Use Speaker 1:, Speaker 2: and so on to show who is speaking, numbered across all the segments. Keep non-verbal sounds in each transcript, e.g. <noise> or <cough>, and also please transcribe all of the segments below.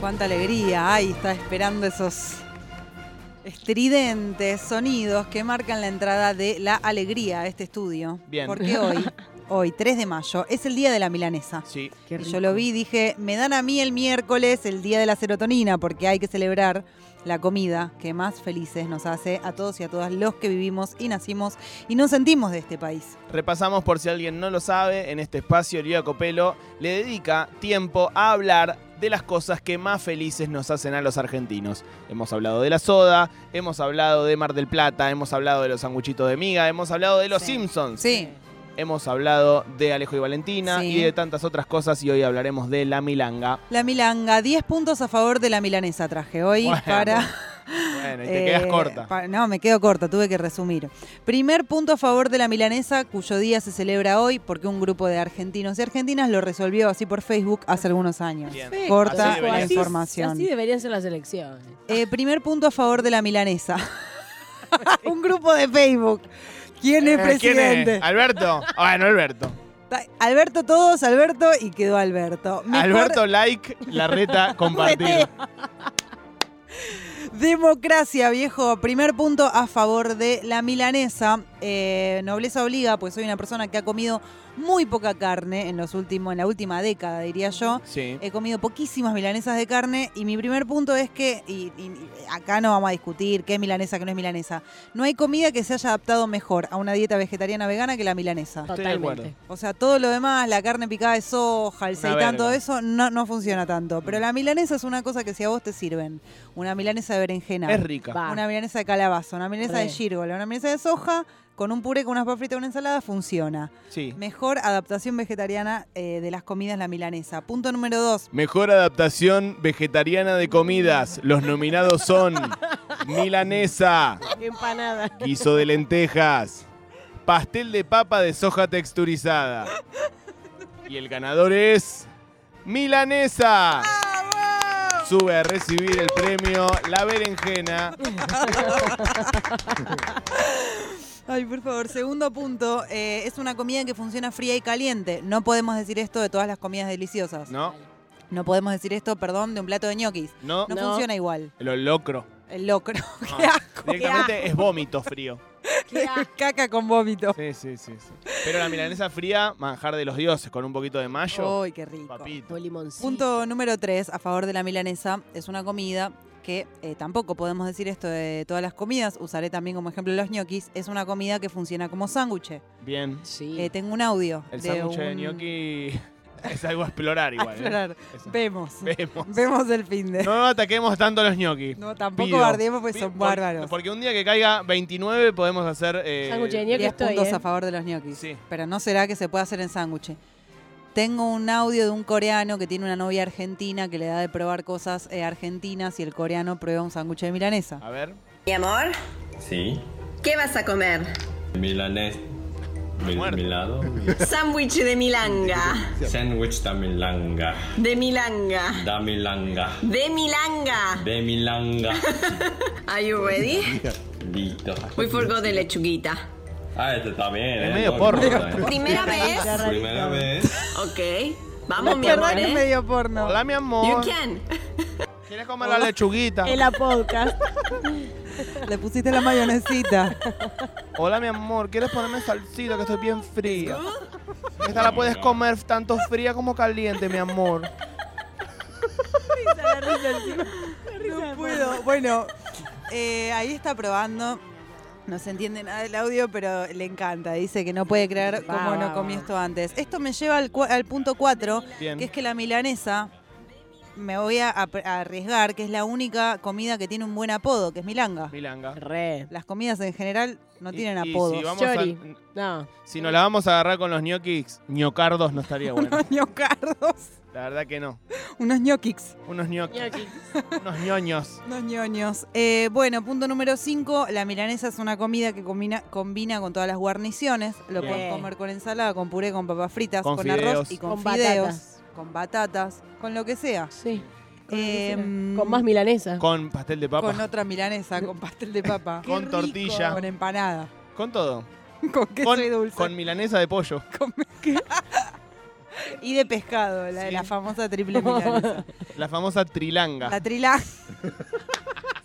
Speaker 1: Cuánta alegría. Ay, está esperando esos estridentes sonidos que marcan la entrada de la alegría a este estudio.
Speaker 2: Bien.
Speaker 1: Porque
Speaker 2: <laughs>
Speaker 1: hoy, hoy, 3 de mayo, es el día de la milanesa.
Speaker 2: Sí.
Speaker 3: Qué
Speaker 1: Y
Speaker 3: rico.
Speaker 1: yo lo vi y dije, me dan a mí el miércoles el día de la serotonina, porque hay que celebrar la comida que más felices nos hace a todos y a todas los que vivimos y nacimos y nos sentimos de este país.
Speaker 2: Repasamos por si alguien no lo sabe, en este espacio Olivia Copelo le dedica tiempo a hablar de las cosas que más felices nos hacen a los argentinos. Hemos hablado de la soda, hemos hablado de Mar del Plata, hemos hablado de los sanguchitos de miga, hemos hablado de los
Speaker 1: Sí.
Speaker 2: Simpsons,
Speaker 1: Sí,
Speaker 2: hemos hablado de Alejo y Valentina
Speaker 1: Sí.
Speaker 2: y de tantas otras cosas y hoy hablaremos de la milanga.
Speaker 1: la milanga, 10 puntos a favor de la milanesa traje hoy
Speaker 2: Bueno.
Speaker 1: para...
Speaker 2: Bueno, y te
Speaker 1: Eh,
Speaker 2: quedas corta.
Speaker 1: pa- no, me quedo corta, tuve que resumir. Primer punto a favor de la milanesa, cuyo día se celebra hoy porque un grupo de argentinos y argentinas lo resolvió así por Facebook hace algunos años.
Speaker 2: Bien.
Speaker 3: Perfecto.
Speaker 1: Corta
Speaker 2: Así
Speaker 1: la
Speaker 2: debería ser.
Speaker 1: información.
Speaker 3: Así deberían ser las elecciones.
Speaker 1: Eh, primer punto a favor de la
Speaker 3: <laughs>
Speaker 1: milanesa. un grupo de Facebook. ¿Quién es
Speaker 2: Eh, ¿quién es?
Speaker 1: presidente?
Speaker 2: ¿Alberto? Bueno, Alberto.
Speaker 1: Ta- Alberto todos, Alberto y quedó Alberto. Mejor
Speaker 2: Alberto, like, la
Speaker 1: <laughs>
Speaker 2: reta, compartir.
Speaker 1: Democracia, viejo. Primer punto a favor de la milanesa. Eh, nobleza obliga, pues soy una persona que ha comido muy poca carne en los últimos, en la última década, diría yo.
Speaker 2: Sí.
Speaker 1: He comido poquísimas milanesas de carne y mi primer punto es que, y, y- y acá no vamos a discutir qué es milanesa, qué no es milanesa, no hay comida que se haya adaptado mejor a una dieta vegetariana vegana que la milanesa.
Speaker 2: de acuerdo.
Speaker 3: Totalmente.
Speaker 1: O sea, todo lo demás, la carne picada de soja, el
Speaker 2: Una
Speaker 1: seitán,
Speaker 2: verga. Mm.
Speaker 1: todo eso, no, no funciona tanto. Pero la milanesa es una cosa que si a vos te sirven. Una milanesa de berenjena,
Speaker 2: Es rica.
Speaker 3: Va.
Speaker 1: una milanesa de calabaza, una milanesa
Speaker 3: Re.
Speaker 1: de gírgola, una milanesa de soja, con un puré, con unas papas fritas, una ensalada, funciona.
Speaker 2: Sí.
Speaker 1: Mejor adaptación vegetariana eh, de las comidas la milanesa. Punto número dos.
Speaker 2: Mejor adaptación vegetariana de comidas. Los nominados son milanesa,
Speaker 3: Empanada.
Speaker 2: guiso de lentejas, pastel de papa de soja texturizada. Y el ganador es milanesa. Sube a recibir el premio La Berenjena.
Speaker 1: Ay, por favor, segundo punto. eh, es una comida que funciona fría y caliente. No podemos decir esto de todas las comidas deliciosas. No,
Speaker 2: No,
Speaker 1: podemos decir esto, perdón, de un plato de ñoquis.
Speaker 2: no,
Speaker 1: No,
Speaker 3: No.
Speaker 1: funciona igual.
Speaker 2: lo locro.
Speaker 1: El locro. <laughs>
Speaker 2: No.
Speaker 1: Qué asco.
Speaker 2: Directamente es vómito frío.
Speaker 3: <laughs> Qué asco.
Speaker 1: Caca con vómito.
Speaker 2: Sí, sí, sí, sí. Pero la milanesa fría, manjar de los dioses, con un poquito de mayo.
Speaker 1: Ay, qué rico.
Speaker 2: Papito.
Speaker 3: O limoncito.
Speaker 1: Punto número 3 a favor de la milanesa. Es una comida que eh, tampoco podemos decir esto de todas las comidas. Usaré también como ejemplo los ñoquis. Es una comida que funciona como sándwich.
Speaker 2: Bien.
Speaker 3: Sí.
Speaker 1: Eh, tengo un audio.
Speaker 2: El
Speaker 1: de
Speaker 2: sándwich de
Speaker 1: un- <laughs>
Speaker 2: gnocchi <laughs> es algo a explorar
Speaker 1: A
Speaker 2: igual. ¿eh?
Speaker 1: explorar.
Speaker 2: Eso.
Speaker 1: Vemos.
Speaker 2: Vemos.
Speaker 1: <laughs> Vemos el fin de. No,
Speaker 2: No ataquemos tanto los gnocchi.
Speaker 1: tampoco
Speaker 2: pido.
Speaker 1: bardeemos porque
Speaker 2: Pi-
Speaker 1: pues son
Speaker 2: por-
Speaker 1: bárbaros.
Speaker 2: Porque un día que caiga 29 podemos hacer... eh,
Speaker 3: Sándwich de
Speaker 1: 10
Speaker 3: ñoqui estoy,
Speaker 1: puntos
Speaker 3: ¿eh?
Speaker 1: a favor de los ñoquis.
Speaker 2: Sí.
Speaker 1: Pero no será que se pueda hacer en sándwich. Tengo un audio de un coreano que tiene una novia argentina que le da de probar cosas eh, argentinas y el coreano prueba un sándwich de milanesa.
Speaker 2: A ver.
Speaker 4: Mi amor,
Speaker 5: Sí,
Speaker 4: ¿qué vas a comer?
Speaker 5: milanés. Mil-
Speaker 2: Muerto. <laughs>
Speaker 5: Milado.
Speaker 4: Sándwich de milanga.
Speaker 5: Sandwich da milanga.
Speaker 4: De milanga.
Speaker 5: Da milanga.
Speaker 4: De milanga.
Speaker 5: De milanga.
Speaker 4: Are you ready?
Speaker 5: Listo.
Speaker 4: We forgot the lechuguita.
Speaker 5: Ah, este también.
Speaker 2: Es
Speaker 5: ¿eh?
Speaker 2: medio
Speaker 5: Dos
Speaker 2: porro.
Speaker 5: cosas, ¿eh?
Speaker 4: Primera vez.
Speaker 5: Primera vez.
Speaker 4: Ok. Vamos, mi
Speaker 1: verdad
Speaker 4: amor,
Speaker 1: que es
Speaker 4: ¿eh?
Speaker 1: medio porno.
Speaker 2: Hola, mi
Speaker 4: You
Speaker 2: amor.
Speaker 4: can.
Speaker 2: ¿Quieres comer la lechuguita?
Speaker 3: En la podcast.
Speaker 1: Le pusiste la
Speaker 2: <laughs>
Speaker 1: mayonesita.
Speaker 2: Hola, mi amor. ¿Quieres ponerme salsita que estoy bien fría? Esta la puedes comer tanto fría como caliente, mi amor.
Speaker 1: no puedo. Bueno, eh, ahí está probando. No se entiende nada del audio, pero le encanta. Dice que no puede creer
Speaker 3: Va,
Speaker 1: cómo
Speaker 3: va,
Speaker 1: no
Speaker 3: va.
Speaker 1: comí esto antes. Esto me lleva al, cua- al punto 4,
Speaker 2: Bien.
Speaker 1: que es que la milanesa, me voy a, ap- a arriesgar, que es la única comida que tiene un buen apodo, que es milanga.
Speaker 2: Milanga.
Speaker 3: Re.
Speaker 1: Las comidas en general no
Speaker 2: Y-
Speaker 1: tienen
Speaker 2: y
Speaker 1: apodos.
Speaker 2: si vamos a-
Speaker 3: Chori. No.
Speaker 2: Si nos la vamos a agarrar con los ñoquis, ñocardos no
Speaker 1: <laughs>
Speaker 2: estaría bueno.
Speaker 1: <laughs> unos ñocardos,
Speaker 2: La verdad que no.
Speaker 1: unos ñoquix.
Speaker 2: Unos ñoquis,
Speaker 3: Ñoqui.
Speaker 2: unos ñoños.
Speaker 1: Unos ñoños. Eh, bueno, punto número 5. La milanesa es una comida que combina, combina con todas las guarniciones. Lo
Speaker 2: Bien.
Speaker 1: puedes comer con ensalada, con puré, con papas fritas,
Speaker 2: Con
Speaker 1: con,
Speaker 2: fideos.
Speaker 1: arroz y con,
Speaker 3: Con
Speaker 1: fideos.
Speaker 3: batatas.
Speaker 1: Con batatas, con lo que sea.
Speaker 3: Sí. Em,
Speaker 1: Eh,
Speaker 3: Con más milanesa.
Speaker 2: Con pastel de papa.
Speaker 1: Con otra milanesa, con pastel de
Speaker 2: <laughs>
Speaker 1: papa,
Speaker 2: con
Speaker 3: rico.
Speaker 2: tortilla.
Speaker 1: con empanada,
Speaker 2: Con todo.
Speaker 1: con queso
Speaker 2: Con,
Speaker 1: y dulce.
Speaker 2: con milanesa de pollo.
Speaker 1: Con- Y de pescado, la,
Speaker 2: Sí.
Speaker 1: la famosa
Speaker 2: <laughs>
Speaker 1: triple milanesa.
Speaker 2: La famosa trilanga.
Speaker 1: La trilanga.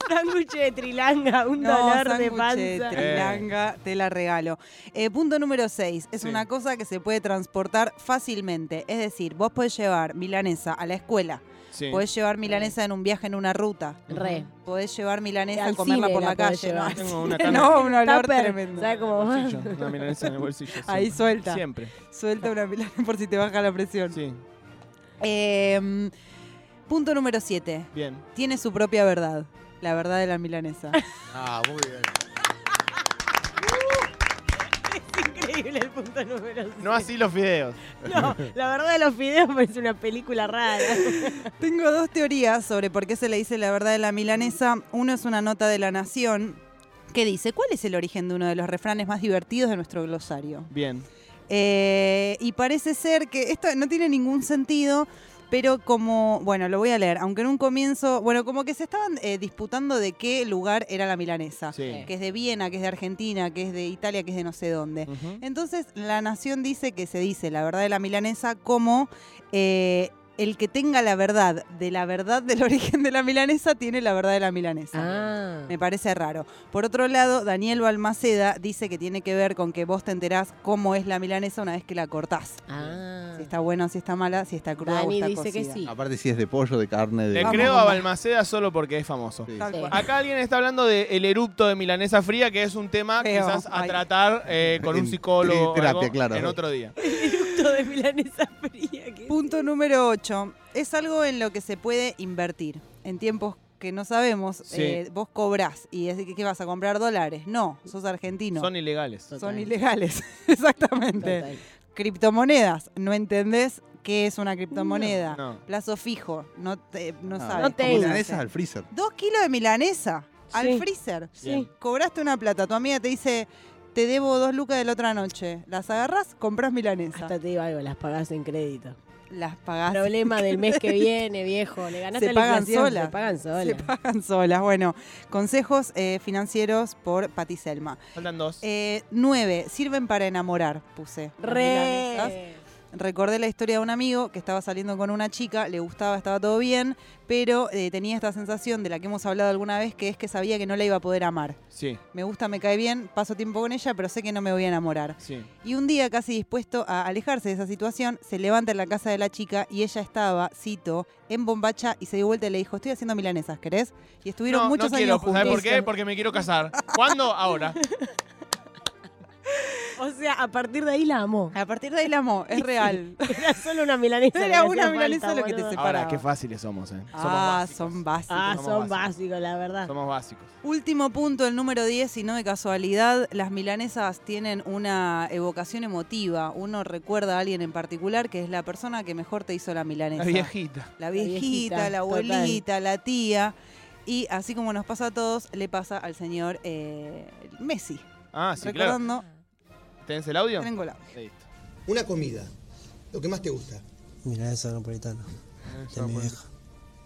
Speaker 3: Sándwich de trilanga, un
Speaker 1: No,
Speaker 3: dolor
Speaker 1: sándwich
Speaker 3: de
Speaker 1: eh,
Speaker 3: panza.
Speaker 1: trilanga, te la regalo. Eh, punto número 6. Es
Speaker 2: Sí.
Speaker 1: una cosa que se puede transportar fácilmente. Es decir, vos podés llevar milanesa a la escuela.
Speaker 2: Sí.
Speaker 1: Podés llevar milanesa en un viaje en una ruta.
Speaker 3: Re.
Speaker 1: Podés llevar milanesa
Speaker 3: Al
Speaker 1: a comerla
Speaker 3: cine
Speaker 1: por
Speaker 3: la
Speaker 1: la,
Speaker 3: podés
Speaker 1: calle. No, <laughs>
Speaker 3: llevar.
Speaker 2: Tengo una
Speaker 1: no,
Speaker 2: cana
Speaker 1: un olor
Speaker 3: Tupper,
Speaker 1: tremendo.
Speaker 3: ¿sabes cómo va?
Speaker 2: bolsillo, una milanesa en el bolsillo. siempre.
Speaker 1: Ahí suelta.
Speaker 2: Siempre.
Speaker 1: Suelta una milanesa <laughs> por si te baja la presión.
Speaker 2: Sí,
Speaker 1: Eh, punto número 7.
Speaker 2: bien.
Speaker 1: Tiene su propia verdad. La verdad de la milanesa.
Speaker 6: Ah, muy bien.
Speaker 3: Increíble el punto número seis.
Speaker 2: No así los fideos.
Speaker 3: No, la verdad de los videos <laughs> parece una película rara.
Speaker 1: Tengo dos teorías sobre por qué se le dice la verdad de la milanesa. Uno es una nota de La Nación que dice, ¿cuál es el origen de uno de los refranes más divertidos de nuestro glosario?
Speaker 2: Bien.
Speaker 1: Eh, y parece ser que esto no tiene ningún sentido, pero como, bueno, lo voy a leer, aunque en un comienzo, bueno, como que se estaban eh, disputando de qué lugar era la milanesa,
Speaker 2: Sí.
Speaker 1: que es de Viena, que es de Argentina, que es de Italia, que es de no sé dónde.
Speaker 2: Ujú.
Speaker 1: Entonces, La Nación dice que se dice la verdad de la milanesa como eh, el que tenga la verdad de la verdad del <laughs> origen de la milanesa tiene la verdad de la milanesa.
Speaker 3: Ah.
Speaker 1: Me parece raro. Por otro lado, Daniel Balmaceda dice que tiene que ver con que vos te enterás cómo es la milanesa una vez que la cortás.
Speaker 3: Ah.
Speaker 1: Si está buena o si está mala, si está cruda o
Speaker 3: Dani
Speaker 1: está
Speaker 3: dice que
Speaker 1: cocida.
Speaker 3: sí.
Speaker 6: Aparte si es de pollo, de carne, de...
Speaker 2: Le
Speaker 1: Vamos,
Speaker 2: creo a
Speaker 1: vamos.
Speaker 2: Balmaceda solo porque es famoso.
Speaker 6: Sí.
Speaker 1: Tal
Speaker 3: Sí.
Speaker 1: cual.
Speaker 2: Acá alguien está hablando del el erupto de milanesa fría, que es un tema
Speaker 1: Feo.
Speaker 2: quizás a
Speaker 1: Ay.
Speaker 2: tratar eh, con un
Speaker 6: En
Speaker 2: psicólogo o
Speaker 6: terapia,
Speaker 2: algo
Speaker 6: claro.
Speaker 2: en otro día.
Speaker 3: Eructo de milanesa fría. que-
Speaker 1: Punto número 8. Es algo en lo que se puede invertir. En tiempos que no sabemos,
Speaker 2: Sí.
Speaker 1: eh, vos cobrás y es que vas a comprar dólares. No, sos argentino.
Speaker 2: Son ilegales.
Speaker 1: Son
Speaker 3: Total.
Speaker 1: ilegales. <laughs> Exactamente.
Speaker 3: Total.
Speaker 1: Criptomonedas. ¿No entendés qué es una criptomoneda?
Speaker 2: No.
Speaker 1: Plazo fijo. No, te, no,
Speaker 6: Ah,
Speaker 1: sabes.
Speaker 3: No
Speaker 1: cómo
Speaker 3: tengo.
Speaker 1: se hace.
Speaker 6: Milanesas al freezer.
Speaker 1: Dos kilos de milanesa al
Speaker 3: Sí.
Speaker 1: freezer.
Speaker 2: Bien.
Speaker 3: Sí.
Speaker 1: Cobraste una plata. Tu amiga te dice, te debo dos lucas de la otra noche. Las agarras, compras milanesa.
Speaker 3: Hasta te digo algo, las pagás en crédito.
Speaker 1: Las pagás.
Speaker 3: Problema del mes
Speaker 1: <laughs>
Speaker 3: que viene, viejo. Le ganaste
Speaker 1: Ah, Se
Speaker 3: la
Speaker 1: pagan
Speaker 3: inflación,
Speaker 1: solas.
Speaker 3: Se pagan solas.
Speaker 1: Se pagan solas. Bueno, consejos eh, financieros por Pati Selma.
Speaker 2: Faltan dos.
Speaker 1: Eh, nueve, sirven para enamorar, puse. las milanesas.
Speaker 3: Re.
Speaker 1: Recordé la historia de un amigo que estaba saliendo con una chica, le gustaba, estaba todo bien, pero eh, tenía esta sensación de la que hemos hablado alguna vez, que es que sabía que no la iba a poder amar.
Speaker 2: Sí,
Speaker 1: Me gusta, me cae bien, paso tiempo con ella, pero sé que no me voy a enamorar.
Speaker 2: sí.
Speaker 1: Y un día, casi dispuesto a alejarse de esa situación, se levanta en la casa de la chica y ella estaba, cito, en bombacha y se dio vuelta y le dijo, estoy haciendo milanesas, ¿querés? Y estuvieron
Speaker 2: no,
Speaker 1: muchos
Speaker 2: no
Speaker 1: años
Speaker 2: quiero,
Speaker 1: juntos.
Speaker 2: ¿sabes por qué? Porque me quiero casar. ¿Cuándo?
Speaker 1: <laughs>
Speaker 2: Ahora.
Speaker 3: O sea, a partir de ahí la
Speaker 1: <laughs>
Speaker 3: amó.
Speaker 1: A partir de ahí la amó,
Speaker 2: <laughs>
Speaker 1: es real.
Speaker 3: Era solo una milanesa.
Speaker 1: Era
Speaker 3: lo que hacía
Speaker 1: una
Speaker 3: falta,
Speaker 1: milanesa lo que te
Speaker 3: boludo.
Speaker 1: separa.
Speaker 2: Ahora, qué fáciles somos, ¿eh? Somos
Speaker 1: ah,
Speaker 2: básicos. Ah.
Speaker 1: son básicos.
Speaker 3: Ah,
Speaker 2: somos
Speaker 3: son
Speaker 2: básicos.
Speaker 3: básicos, la verdad.
Speaker 2: Somos básicos.
Speaker 1: Último punto, el número 10, y no de casualidad, las milanesas tienen una evocación emotiva. Uno recuerda a alguien en particular que es la persona que mejor te hizo la milanesa.
Speaker 2: La viejita.
Speaker 1: La
Speaker 3: La viejita,
Speaker 1: viejita, la
Speaker 3: total.
Speaker 1: abuelita, la tía. Y así como nos pasa a todos, le pasa al señor eh, Messi.
Speaker 2: Ah, sí, claro.
Speaker 1: recordando,
Speaker 2: ¿Tenés el audio?
Speaker 1: tengo la-
Speaker 2: Listo.
Speaker 7: Una comida, lo que más te gusta.
Speaker 8: Milanesa napolitana. De mi vieja.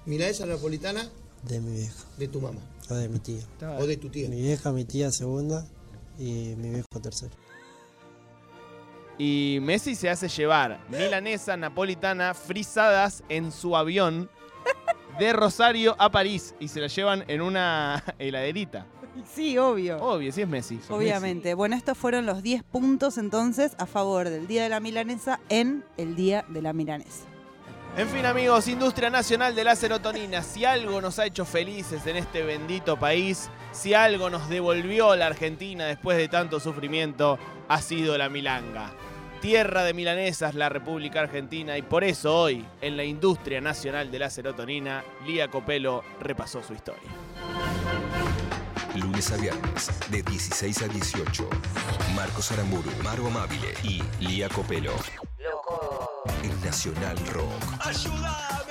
Speaker 7: Milanesa napolitana
Speaker 8: De mi vieja.
Speaker 7: de tu mamá
Speaker 8: O de mi tía.
Speaker 7: o de tu tía.
Speaker 8: Mi vieja, mi tía segunda y mi viejo tercero.
Speaker 2: Y Messi se hace llevar milanesa napolitana frisadas en su avión de Rosario a París y se la llevan en una <laughs> heladerita.
Speaker 1: Sí, obvio.
Speaker 2: Obvio, sí es Messi.
Speaker 1: Obviamente. Bueno, estos fueron los 10 puntos entonces a favor del Día de la Milanesa en el Día de la Milanesa.
Speaker 2: En fin, amigos, Industria Nacional de la Serotonina, si algo nos ha hecho felices en este bendito país, si algo nos devolvió la Argentina después de tanto sufrimiento, ha sido la milanga. Tierra de milanesas, la República Argentina, y por eso hoy, en la Industria Nacional de la Serotonina, Lía Copelo repasó su historia.
Speaker 9: Lunes a viernes, de 16 a 18. Marcos Aramburu, Maro Amabile y Lía Copelo. El Nacional Rock. ¡Ayúdame!